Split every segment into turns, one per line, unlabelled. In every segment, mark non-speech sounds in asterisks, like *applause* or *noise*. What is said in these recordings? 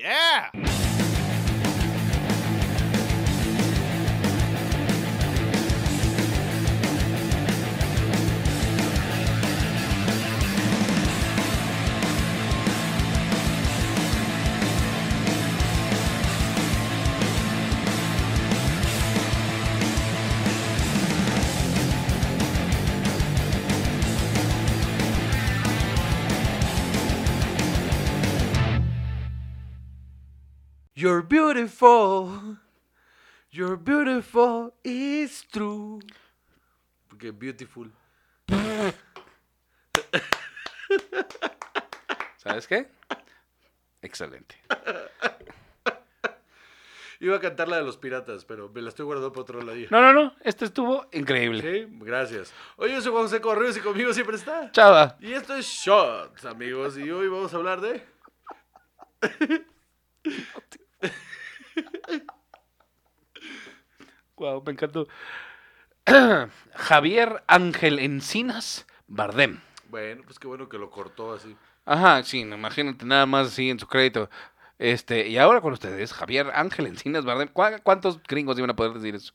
Yeah.
You're beautiful. You're beautiful is true. Porque beautiful.
¿Sabes qué? Excelente.
Iba a cantar la de los piratas, pero me la estoy guardando para otro ladillo.
No, no, no. Este estuvo increíble.
Sí, gracias. Oye, yo soy Juan José Correos y conmigo siempre está.
Chava.
Y esto es Shots, amigos. Y hoy vamos a hablar de.
Wow, me encantó. *clears throat* Javier Ángel Encinas Bardem.
Bueno, pues qué bueno que lo cortó así.
Ajá, sí, no, imagínate nada más así en su crédito. Este, y ahora con ustedes, Javier Ángel Encinas Bardem. ¿Cuá- ¿Cuántos gringos iban a poder decir eso?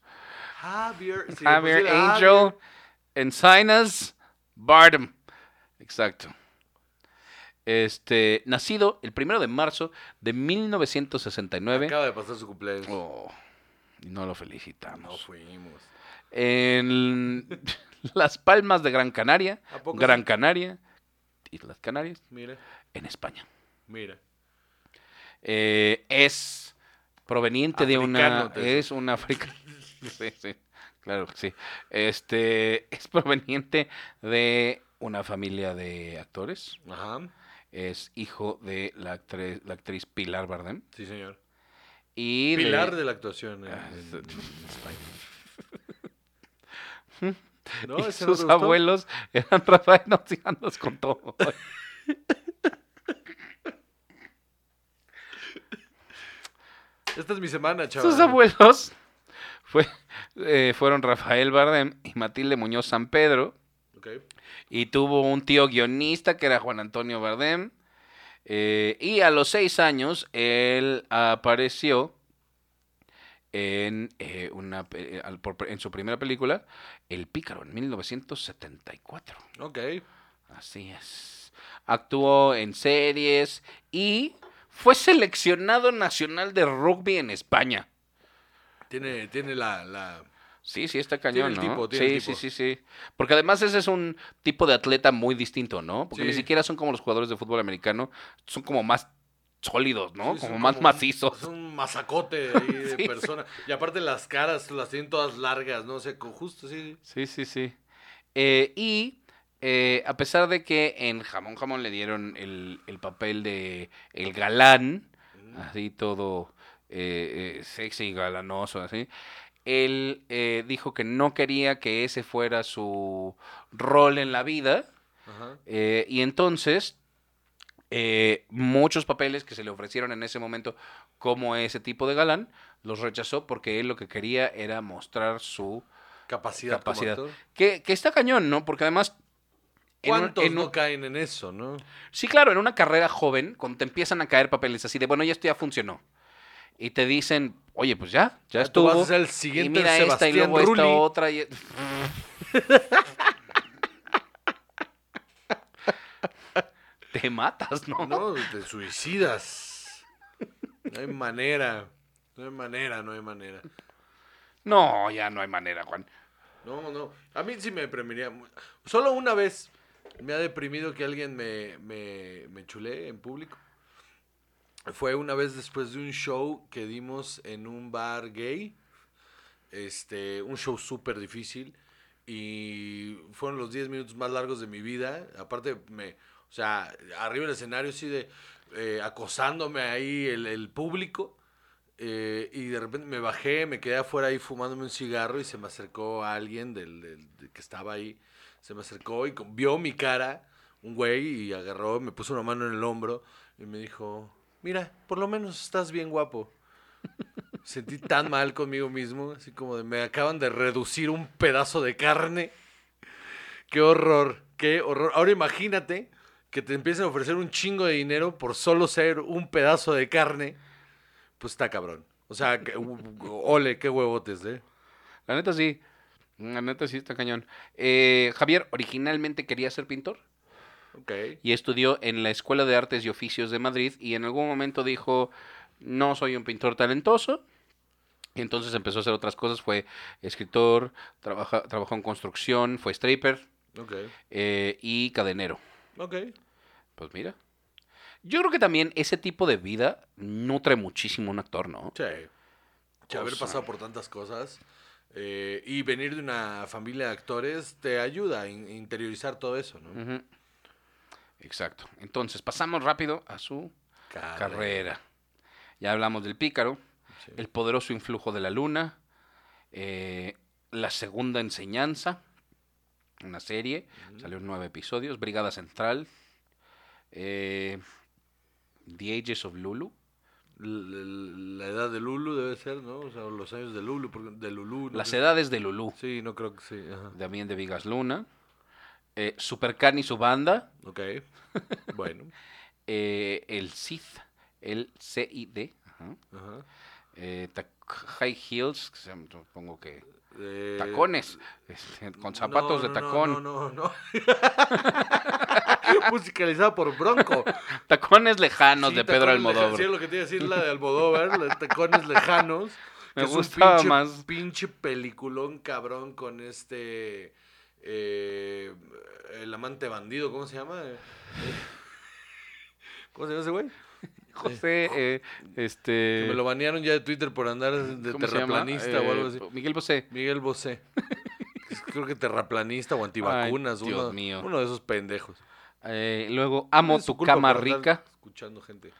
Javier. sí,
Javier
pues sí,
Angel Encinas Bardem. Exacto. Este, nacido el primero de marzo de 1969.
Acaba de pasar su cumpleaños.
Oh, y no lo
No
felicitamos.
fuimos.
En *laughs* Las Palmas de Gran Canaria,
¿A poco
Gran
sí?
Canaria, Islas Canarias,
Mira,
en España.
mira.
Eh, es proveniente
Africano,
de una.
te dice.
Es una africana. *laughs* sí, sí, claro, que sí. Este, es proveniente de una familia de actores.
Ajá.
Es hijo de la actriz, la actriz Pilar Bardem.
Sí, señor.
Y de-
Pilar de la actuación en,
Ah,
en-
sí.
en España. ¿No?
*laughs* y
¿Ese no
sus
te gustó?
abuelos eran *laughs* Rafael Nocianos con todo.
Esta es mi semana, chaval.
Sus abuelos *laughs* fue- eh, fueron Rafael Bardem y Matilde Muñoz San Pedro.
Ok.
Y tuvo un tío guionista que era Juan Antonio Bardem. eh, y a los seis años él apareció en, eh, una, pe- eh, al- por- en su primera película, El Pícaro, en 1974.
Ok.
Así es. Actuó en series y fue seleccionado nacional de rugby en España.
Tiene, tiene la, la.
Sí, sí, está
Tiene
cañón,
el
¿no?
tipo, tiene
sí,
el
sí,
tipo.
sí, sí. Porque además ese es un tipo de atleta muy distinto, ¿no? Porque ni
Sí.
siquiera son como los jugadores de fútbol americano, son como más sólidos, ¿no?
sí, son
como más macizos.
Es un mazacote
*laughs*
ahí de
Sí, sí.
persona. Y aparte las caras las tienen todas largas, ¿no? O sea, con justo, sí.
Sí, sí, sí. Eh, y eh, a pesar de que en Jamón Jamón le dieron el, el papel de el galán, así todo eh, eh, sexy y galanoso, así. Él eh, dijo que no quería que ese fuera su rol en la vida.
Ajá.
Eh, y entonces, eh, muchos papeles que se le ofrecieron en ese momento como ese tipo de galán, los rechazó porque él lo que quería era mostrar su...
Capacidad. como
Capacidad.
actor.
Que, que está cañón, ¿no? Porque además... en un-
¿Cuántos
en
no
un-
caen en eso, no?
Sí, claro, en una carrera joven, cuando te empiezan a caer papeles así de, bueno, ya esto ya funcionó. Y te dicen, oye, pues ya, ya
Tú
estuvo.
vas a ser
y
el siguiente
mira esta y
Sebastián
luego esta
Rulli.
otra.
*laughs*
y- te matas, ¿no?
No, te suicidas. No hay manera. No hay manera, no hay manera.
No, ya no hay manera, Juan.
No, no. A mí sí me deprimiría. mu- Solo una vez me ha deprimido que alguien me, me, me chulee en público. Fue una vez después de un show que dimos en un bar gay. Este, un show súper difícil. Y fueron los 10 minutos más largos de mi vida. Aparte, me, o sea, arriba del escenario, sí, de eh, acosándome ahí el, el público. Eh, y de repente me bajé, me quedé afuera ahí fumándome un cigarro y se me acercó alguien del, del- de- que estaba ahí. Se me acercó y con- vio mi cara, un güey, y agarró, me puso una mano en el hombro y me dijo, mira, por lo menos estás bien guapo. *laughs* Sentí tan mal conmigo mismo, así como de me acaban de reducir un pedazo de carne. Qué horror, qué horror. Ahora imagínate que te empiecen a ofrecer un chingo de dinero por solo ser un pedazo de carne, pues está cabrón. O sea, que- u- u- ole, qué huevotes, ¿eh?
La neta sí. La neta sí está cañón. Eh, Javier originalmente quería ser pintor
Ok.
y estudió en la Escuela de Artes y Oficios de Madrid y en algún momento dijo, no soy un pintor talentoso. Y entonces empezó a hacer otras cosas, fue escritor, trabaja- trabajó en construcción, fue stripper
Ok.
eh, y cadenero.
Ok.
Pues mira. Yo creo que también ese tipo de vida nutre muchísimo a un actor, ¿no?
Che. Che, haber pasado por tantas cosas eh, y venir de una familia de actores te ayuda a in- interiorizar todo eso, ¿no?
Ujú. Exacto. Entonces, pasamos rápido a su
Carre-
carrera. Ya hablamos del pícaro,
Sí.
el poderoso influjo de la luna, eh, la segunda enseñanza, una serie, salió en nueve episodios, Brigada Central, eh, The Ages of Lulu,
L- l- La edad de Lulu debe ser, ¿no? O sea, los años de Lulu, porque- de Lulu. no
Las
creo-
Edades de Lulu,
Sí, no creo que sí. Ajá.
también de Vigas Luna, eh, Supercan y su banda,
*laughs* Ok. Bueno.
eh, el CID, el CID, ajá,
Ajá.
eh, tac- High Heels, que se llama- supongo que
Eh,
tacones, este, con
no,
zapatos de
no, no,
tacón.
No, no, no. *laughs* Musicalizada por Bronco.
Tacones lejanos
Sí,
de Pedro
tacones lejanos,
Almodóvar.
Sí, es lo que te iba a decir la de Almodóvar, los tacones
*laughs*
lejanos.
Me
que es un
gustaba
pinche-
más.
Pinche peliculón cabrón con este. eh, el amante bandido, ¿cómo se llama? *laughs* Eh, ¿Cómo se llama ese güey?
José, eh,
Que
este.
me lo banearon ya de Twitter por andar de
¿cómo se llama?
terraplanista o algo así.
Eh, Miguel Bosé. *laughs*
Miguel Bosé. Creo que terraplanista o antivacunas.
Ay, Dios
uno,
mío.
uno de esos pendejos.
Eh, luego, Amo
Es su
tu
culpa
cama
por andar
rica.
Escuchando gente.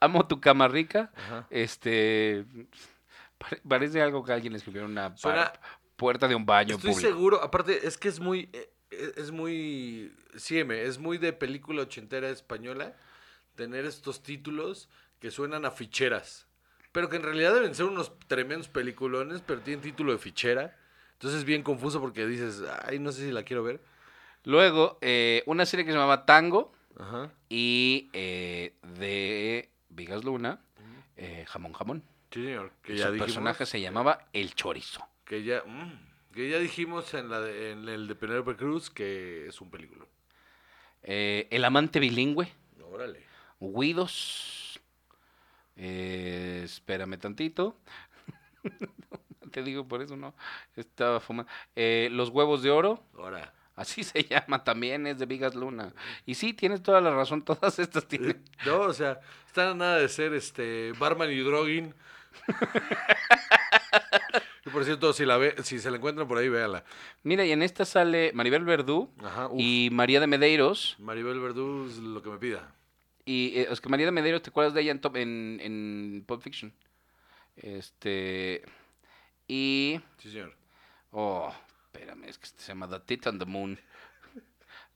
Amo tu cama rica.
Ajá.
Este. pare- Parece algo que alguien escribió en una par-
Suena-
puerta de un baño
Estoy
público.
seguro, aparte es que es muy, eh, eh, es muy, sígueme, es muy de película ochentera española tener estos títulos que suenan a ficheras, pero que en realidad deben ser unos tremendos peliculones, pero tienen título de fichera, entonces es bien confuso porque dices, ay, no sé si la quiero ver.
Luego, eh, una serie que se llamaba Tango
Ajá.
y eh, de Vigas Luna, eh, Jamón Jamón.
Sí, señor, que
Y
ya
su
dijimos.
personaje se llamaba El Chorizo.
Que ya, mm, que ya dijimos en, la de- en el de Penélope Cruz que es un película.
Eh, el amante bilingüe.
Órale.
Guidos. Eh, espérame tantito. *laughs* Te digo, por eso no estaba fumando. Eh, los huevos de oro,
Ahora.
así *laughs* se llama también, es de Vigas Luna. Y sí, tienes toda la razón, todas estas tienen.
No, o sea, están a nada de ser este Barman y Drogin. y por cierto, si la ve, si se la encuentran por ahí, véala.
Mira, y en esta sale Maribel Verdú
Ajá, uf.
y María de Medeiros.
Maribel Verdú es lo que me pida.
Y eh, es que María de Medeiros, ¿te acuerdas de ella en, Top- en, en Pulp Fiction? Este. Y.
Sí, señor.
Oh, espérame, es que se llama The Tit and the Moon.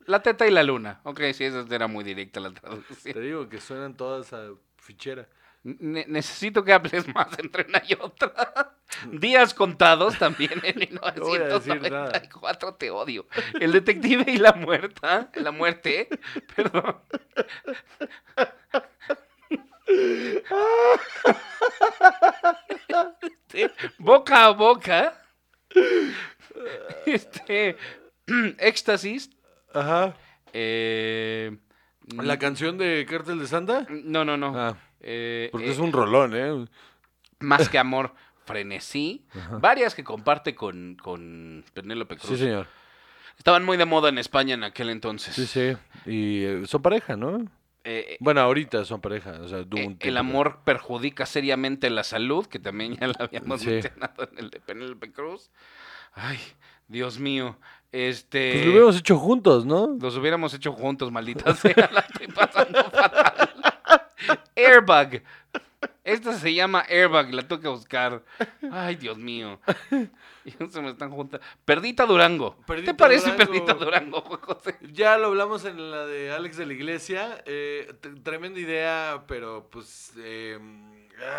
La teta y la luna. Ok, sí, esa era muy directa la
Te
traducción.
digo que suenan todas a fichera.
Ne- necesito que hables *laughs* más entre una y otra. Días contados también *laughs* en
No voy a decir nada.
1994, te odio. El detective y la muerta, la muerte, *laughs* perdón. Este, boca a boca. Este, *clears throat* éxtasis.
Ajá.
eh,
¿La canción de Cártel de Santa?
no, no, no.
Ah,
eh,
porque
eh,
es un rolón, ¿eh? *laughs*
Más que amor, frenesí. Varias que comparte con, con Penélope Cruz.
Sí, señor.
Estaban muy de moda en España en aquel entonces.
Sí, sí. Y eh, son pareja, ¿no?
Eh, eh,
Bueno, ahorita son pareja. O sea, tuvo
eh,
un
el
tiempo.
amor perjudica seriamente la salud, que también ya la habíamos
Sí.
mencionado en el de Penélope Cruz. Ay, Dios mío. Este.
Pues lo hubiéramos hecho juntos, ¿no?
Los hubiéramos hecho juntos, maldita sea. La estoy pasando fatal. Airbag. Esta se llama Airbag, la tengo que buscar. Ay, Dios mío. Ya Se me están juntas. Perdita Durango.
Perdita
¿Te parece
Durango.
Perdita Durango, Juan José?
Ya lo hablamos en la de Alex de la Iglesia. eh, t- tremenda idea, pero pues eh,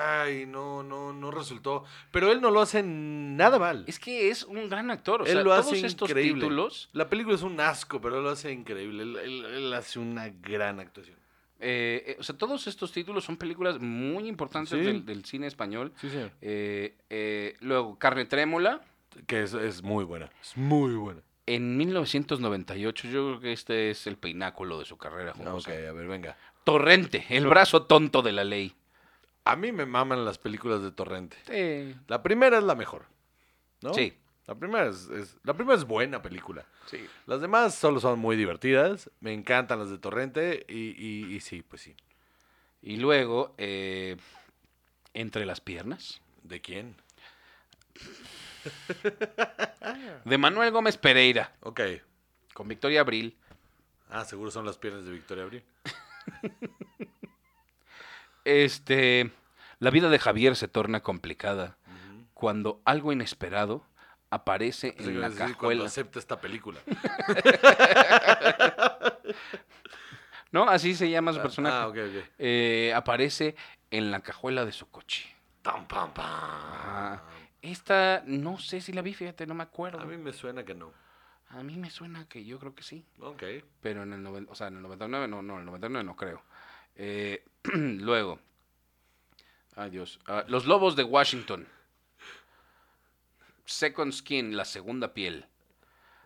ay, no, no, no resultó. Pero él no lo hace nada mal.
Es que es un gran actor. O
Él
sea,
lo hace
todos estos
increíble.
títulos
La película es un asco, pero él lo hace increíble. Él, él- él hace una gran actuación.
Eh, eh, o sea, todos estos títulos son películas muy importantes
Sí.
del, del cine español.
Sí, señor.
Eh, eh, luego, Carne Trémula,
Que es, es muy buena. Es muy buena.
en 1998, yo creo que este es el pináculo de su carrera. Juan
Ah, ok,
José.
a ver, venga.
Torrente, el brazo tonto de la ley.
A mí me maman las películas de Torrente.
Eh,
La primera es la mejor. ¿No?
Sí.
La primera es, es- la primera es buena película.
sí.
Las demás solo son muy divertidas. Me encantan las de Torrente. Y, y- y sí, pues sí.
Y luego, eh, Entre las piernas,
¿De quién?
de Manuel Gómez Pereira,
Ok.
con Victoria Abril.
Ah, seguro son las piernas de Victoria Abril.
Este, la vida de Javier se torna complicada cuando algo inesperado aparece
Pensé que
en
ibas
la
a decir cuando
cajuela.
acepta esta
*laughs*
película.
No, así se llama su personaje.
Ah, ok, ok.
Eh, aparece en la cajuela de su coche.
Tam, pam, pam.
Ajá. Esta, no sé si la vi, fíjate, no me acuerdo.
A mí me suena que no.
me suena que yo creo que sí.
Ok.
Pero en el, noven- o sea, en el 99, no, no, en el 99 no creo. Eh, *clears throat* luego. Ay, Dios. Ah, Los Lobos de Washington. Second Skin, la segunda piel.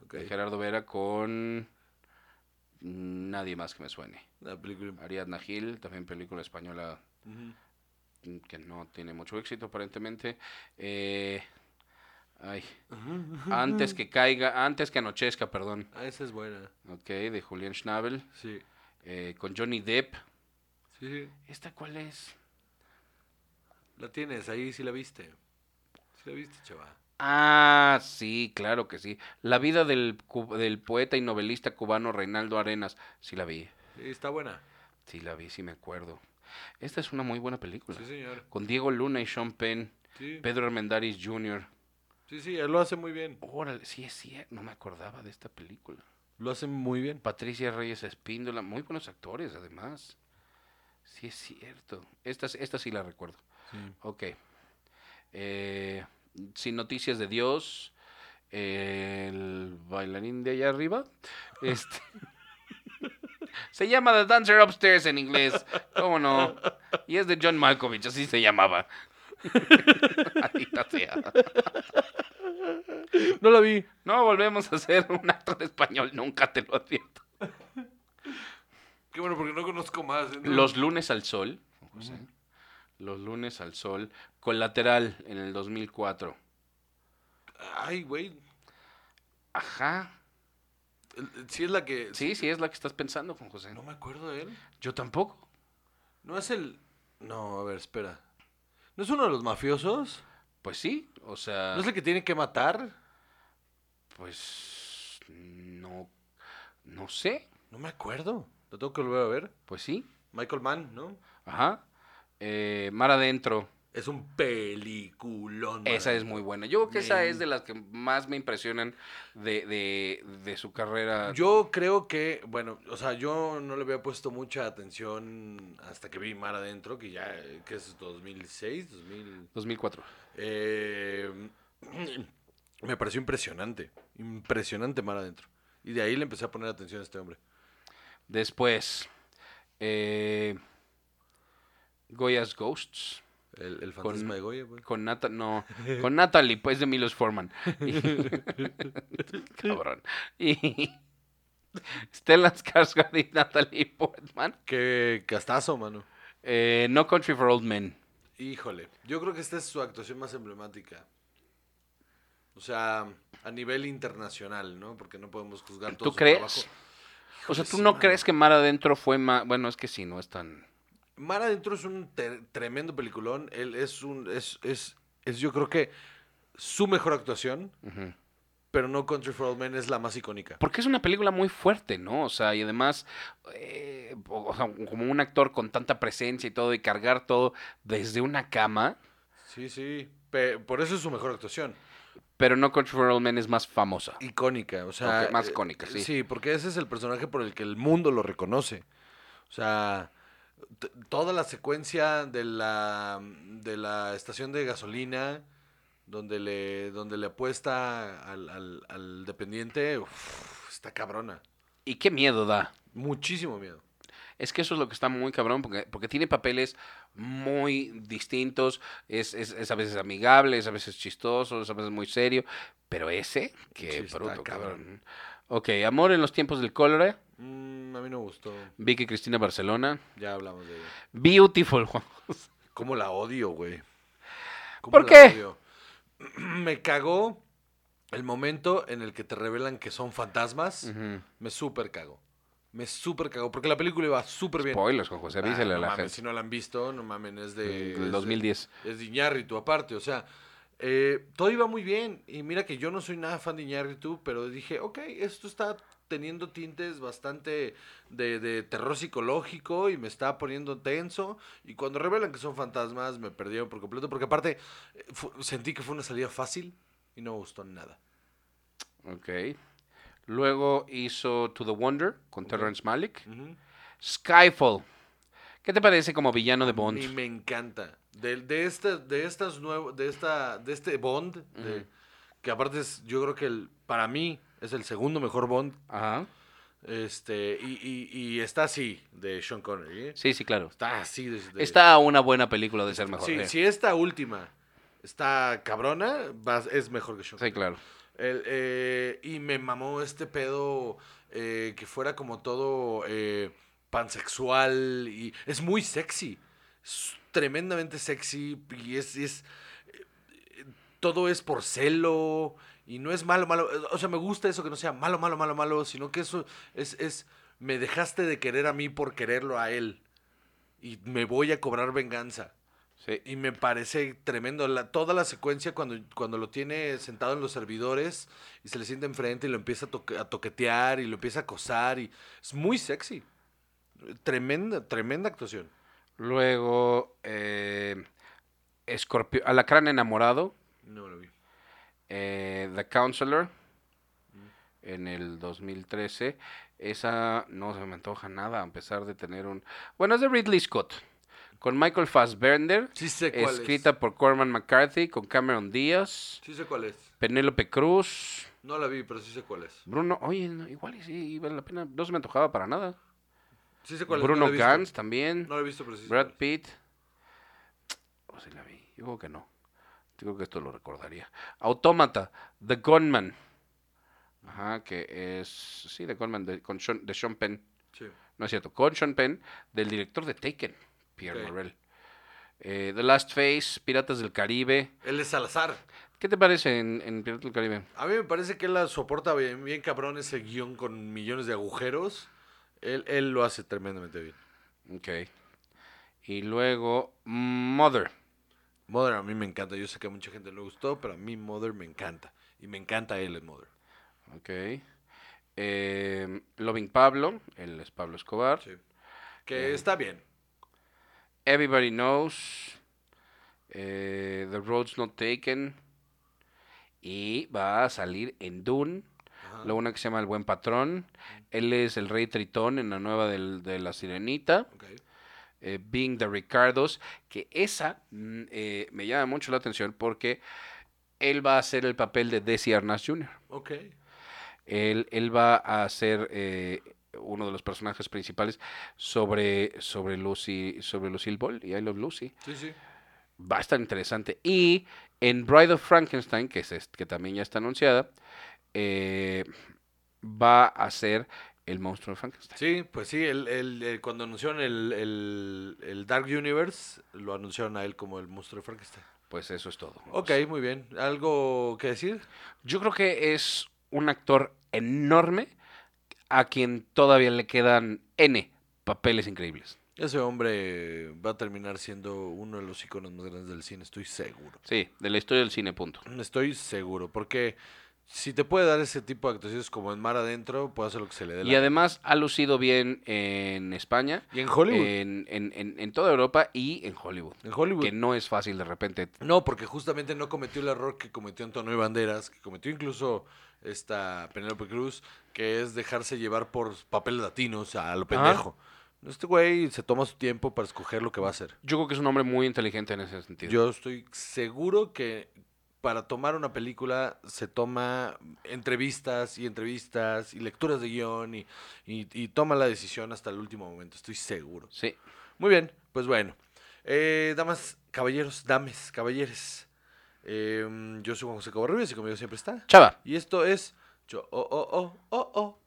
ok.
de Gerardo Vera con nadie más que me suene.
La película.
Ariadna Gil, también película española
Ujú.
mm, que no tiene mucho éxito aparentemente. Eh, ay, antes que caiga, antes que anochezca, perdón.
Ah, esa es buena.
Ok, de Julián Schnabel,
Sí.
eh, con Johnny Depp.
Sí, sí.
¿Esta cuál es?
La tienes, ahí sí la viste. Sí la viste, chaval.
Ah, sí, claro que sí. La vida del, cu- del poeta y novelista cubano Reinaldo Arenas. Sí la vi,
Sí, está buena.
sí la vi, sí me acuerdo. Esta es una muy buena película.
Sí, señor.
con Diego Luna y Sean Penn,
Sí,
Pedro Armendáriz Jr.
sí, sí, él lo hace muy bien.
Órale, sí es cierto, no me acordaba de esta película.
Lo hace muy bien.
Patricia Reyes Espíndola, muy buenos actores además. Sí es cierto. Esta, s- esta sí la recuerdo. Ok. Eh, sin noticias de Dios, el bailarín de allá arriba. *laughs* Este. Se llama The Dancer Upstairs en inglés. ¿Cómo no? Y es de John Malkovich, así se llamaba. *laughs* Maldita sea.
No la vi.
No volvemos a hacer un actor de español, nunca te lo advierto.
Qué bueno, porque no conozco más. ¿eh? No.
Los lunes al sol. José. Los lunes al sol. Colateral en el 2004.
Ay, güey.
Ajá.
El- Sí es la que...
Sí, sí, es la que estás pensando, Juan José.
No me acuerdo de él.
Yo tampoco.
No es el... No, a ver, espera. ¿No es uno de los mafiosos?
Pues sí, o sea,
¿No es el que tiene que matar?
pues no, no sé,
No me acuerdo. Lo tengo que volver a ver.
pues sí,
Michael Mann, ¿no?
ajá. Eh, Mar adentro,
Es un peliculón.
esa es
mano.
muy buena. Yo creo que esa
Me-
es de las que más me impresionan de, de, de su carrera.
Yo creo que, bueno, o sea, yo no le había puesto mucha atención hasta que vi Mar Adentro, que ya, eh, que es 2006, 2000...
2004.
Eh, *clears throat* me pareció impresionante, impresionante Mar Adentro. Y de ahí le empecé a poner atención a este hombre.
Después, eh, Goya's Ghosts.
El, el fantasma de Goya, güey.
Con Nata,
*laughs*
no, con Natalie, pues de Milos Forman. *laughs* Cabrón. Y *laughs* Stellan Skarsgård y Natalie Portman.
Qué castazo, mano.
Eh, no Country for Old Men.
Híjole, yo creo que esta es su actuación más emblemática. O sea, a nivel internacional, ¿no? Porque no podemos juzgar todo
¿Tú
su
crees? O
trabajo.
sea,
Híjole,
¿tú
sí,
no
mano.
crees que Mar Adentro fue más... Bueno, es que sí, no es tan...
Mar Adentro es un te- tremendo peliculón. Él es un. Es, es, es, yo creo que su mejor actuación,
Ujú.
pero No Country for Old Men es la más icónica.
Porque es una película muy fuerte, ¿no? O sea, y además, eh, o o sea, como un actor con tanta presencia y todo, y cargar todo desde una cama.
Sí, sí. Pe- por eso es su mejor actuación.
Pero No Country for Old Men es más famosa.
Icónica, o sea.
Ok, más
eh,
icónica, sí.
Sí, porque ese es el personaje por el que el mundo lo reconoce. O sea, t- toda la secuencia de la, de la estación de gasolina, donde le, donde le apuesta al, al- al dependiente, uf, está cabrona.
Y qué miedo da.
Muchísimo miedo.
Es que eso es lo que está muy cabrón, porque, porque tiene papeles muy distintos, es, es- es a veces amigable, es a veces chistoso, es a veces muy serio, pero ese,
Sí,
qué
está
bruto,
cabrón.
cabrón. Ok, Amor en los tiempos del cólera,
Mm, a mí no me gustó.
Vicky Cristina Barcelona,
Ya hablamos de ella.
Beautiful, Juan.
¿Cómo la odio, güey? ¿Cómo
¿Por
la
qué?
odio? *clears throat* Me cagó el momento en el que te revelan que son fantasmas.
Ujú.
Me súper cagó. Me súper cagó. Porque la película iba súper bien.
Spoilers, Juan José,
Ah,
avísale
no
a la
mames,
gente. Mm,
Si no la han visto, no mamen, es de...
Del 2010.
Es de, es de Iñárritu, aparte, o sea... eh, todo iba muy bien. Y mira que yo no soy nada fan de Iñárritu, pero dije, ok, esto está teniendo tintes bastante de, de terror psicológico y me está poniendo tenso. Y cuando revelan que son fantasmas, me perdieron por completo. Porque aparte, eh, fu- sentí que fue una salida fácil y no me gustó nada.
Ok. Luego hizo To the Wonder con Terrence Malick.
Ujú.
Skyfall. ¿Qué te parece como villano de Bond?
Y me encanta. De, de esta- de estas nuevo- de esta, de este Bond, de-
Ujú.
que aparte es, yo creo que el, para mí es el segundo mejor Bond.
Ajá.
Este, y, y- y está así, de Sean Connery. ¿eh?
Sí, sí, claro.
Está así de, de-
Está a una buena película de ser mejor.
Sí,
eh.
si esta última está cabrona, va- es mejor que Sean
Sí, claro.
El, eh, y me mamó este pedo eh, que fuera como todo eh, pansexual y es muy sexy, es tremendamente sexy y es, y es eh, todo es por celo y no es malo, malo, o sea, me gusta eso que no sea malo, malo, malo, malo, sino que eso es, es, me dejaste de querer a mí por quererlo a él y me voy a cobrar venganza.
Sí.
Y me parece tremendo. La, toda la secuencia cuando, cuando lo tiene sentado en los servidores y se le sienta enfrente y lo empieza a, toque- a toquetear y lo empieza a acosar. Y, es muy sexy. Tremenda, tremenda actuación.
Luego, eh, Escorpio- Alacrán enamorado,
No lo vi.
eh, The Counselor,
Mm.
en el 2013. Esa no se me antoja nada, a pesar de tener un... Bueno, es de Ridley Scott, con Michael Fassbender,
Sí sé cuál
escrita
es.
por Corman McCarthy, con Cameron Díaz,
Sí sé cuál es.
Penélope Cruz,
No la vi, pero sí sé cuál es.
Bruno... Oye, no, igual y sí, vale la pena, no se me antojaba para nada.
Sí sé cuál es.
Bruno
no la he
Gans
visto.
también.
No la he visto, pero sí sé
Brad
cuál es.
Pitt. O si la vi. Yo creo que no. Yo creo que esto lo recordaría. Autómata, The Gunman. Ajá, que es. Sí, The Gunman, de, con Sean, de Sean Penn.
Sí.
No es cierto, con Sean Penn, del director de Taken, Pierre
Ok.
Morel. Eh, The Last Face, Piratas del Caribe.
Él es Salazar.
¿Qué te parece en, en Piratas del Caribe?
A mí me parece que él la soporta bien, bien cabrón ese guión con millones de agujeros. Él, él lo hace tremendamente bien.
Ok. Y luego, Mother.
Mother a mí me encanta. Yo sé que a mucha gente le gustó, pero a mí Mother me encanta. Y me encanta él en Mother.
Ok. Eh, Loving Pablo, él es Pablo Escobar.
Que está bien.
Everybody Knows, eh, The Road's Not Taken, y va a salir en Dune,
Ajá.
luego una que se llama El Buen Patrón, él es el Rey Tritón en la nueva del- de La Sirenita,
Ok.
eh, Being the Ricardos, que esa mm, eh, me llama mucho la atención porque él va a hacer el papel de Desi Arnaz Jr.
Ok.
Él, él va a ser eh, uno de los personajes principales sobre, sobre Lucy, sobre Lucille Ball y I Love Lucy
Sí, sí.
va a estar interesante. Y en Bride of Frankenstein, que, es, est- que también ya está anunciada, eh, va a ser el monstruo de Frankenstein.
Sí, pues sí. él- él- él, cuando anunciaron el, el- el Dark Universe, lo anunciaron a él como el monstruo de Frankenstein.
Pues eso es todo.
Ok, muy bien. ¿Algo que decir?
Yo creo que es un actor enorme a quien todavía le quedan N papeles increíbles.
Ese hombre va a terminar siendo uno de los iconos más grandes del cine, estoy seguro.
Sí, de la historia del cine, punto.
Estoy seguro, porque si te puede dar ese tipo de actuaciones como en Mar Adentro, puede hacer lo que se le dé la
Y además ha lucido bien en España,
Y en Hollywood.
en, en- en- en toda Europa y en Hollywood.
en Hollywood.
Que no es fácil de repente.
No, porque justamente no cometió el error que cometió Antonio Banderas, que cometió incluso esta Penélope Cruz, que es dejarse llevar por papeles latinos a lo pendejo. Este güey se toma su tiempo para escoger lo que va a hacer.
Yo creo que es un hombre muy inteligente en ese sentido.
Yo estoy seguro que para tomar una película se toma entrevistas y entrevistas y lecturas de guión y, y- y toma la decisión hasta el último momento, estoy seguro.
Sí.
Muy bien, pues bueno. Eh, damas, caballeros, dames, caballeres. Em, Eh, yo soy Juan José Cobarrubias y conmigo siempre está.
Chava.
Y esto es... Yo, oh, oh, oh, oh, oh.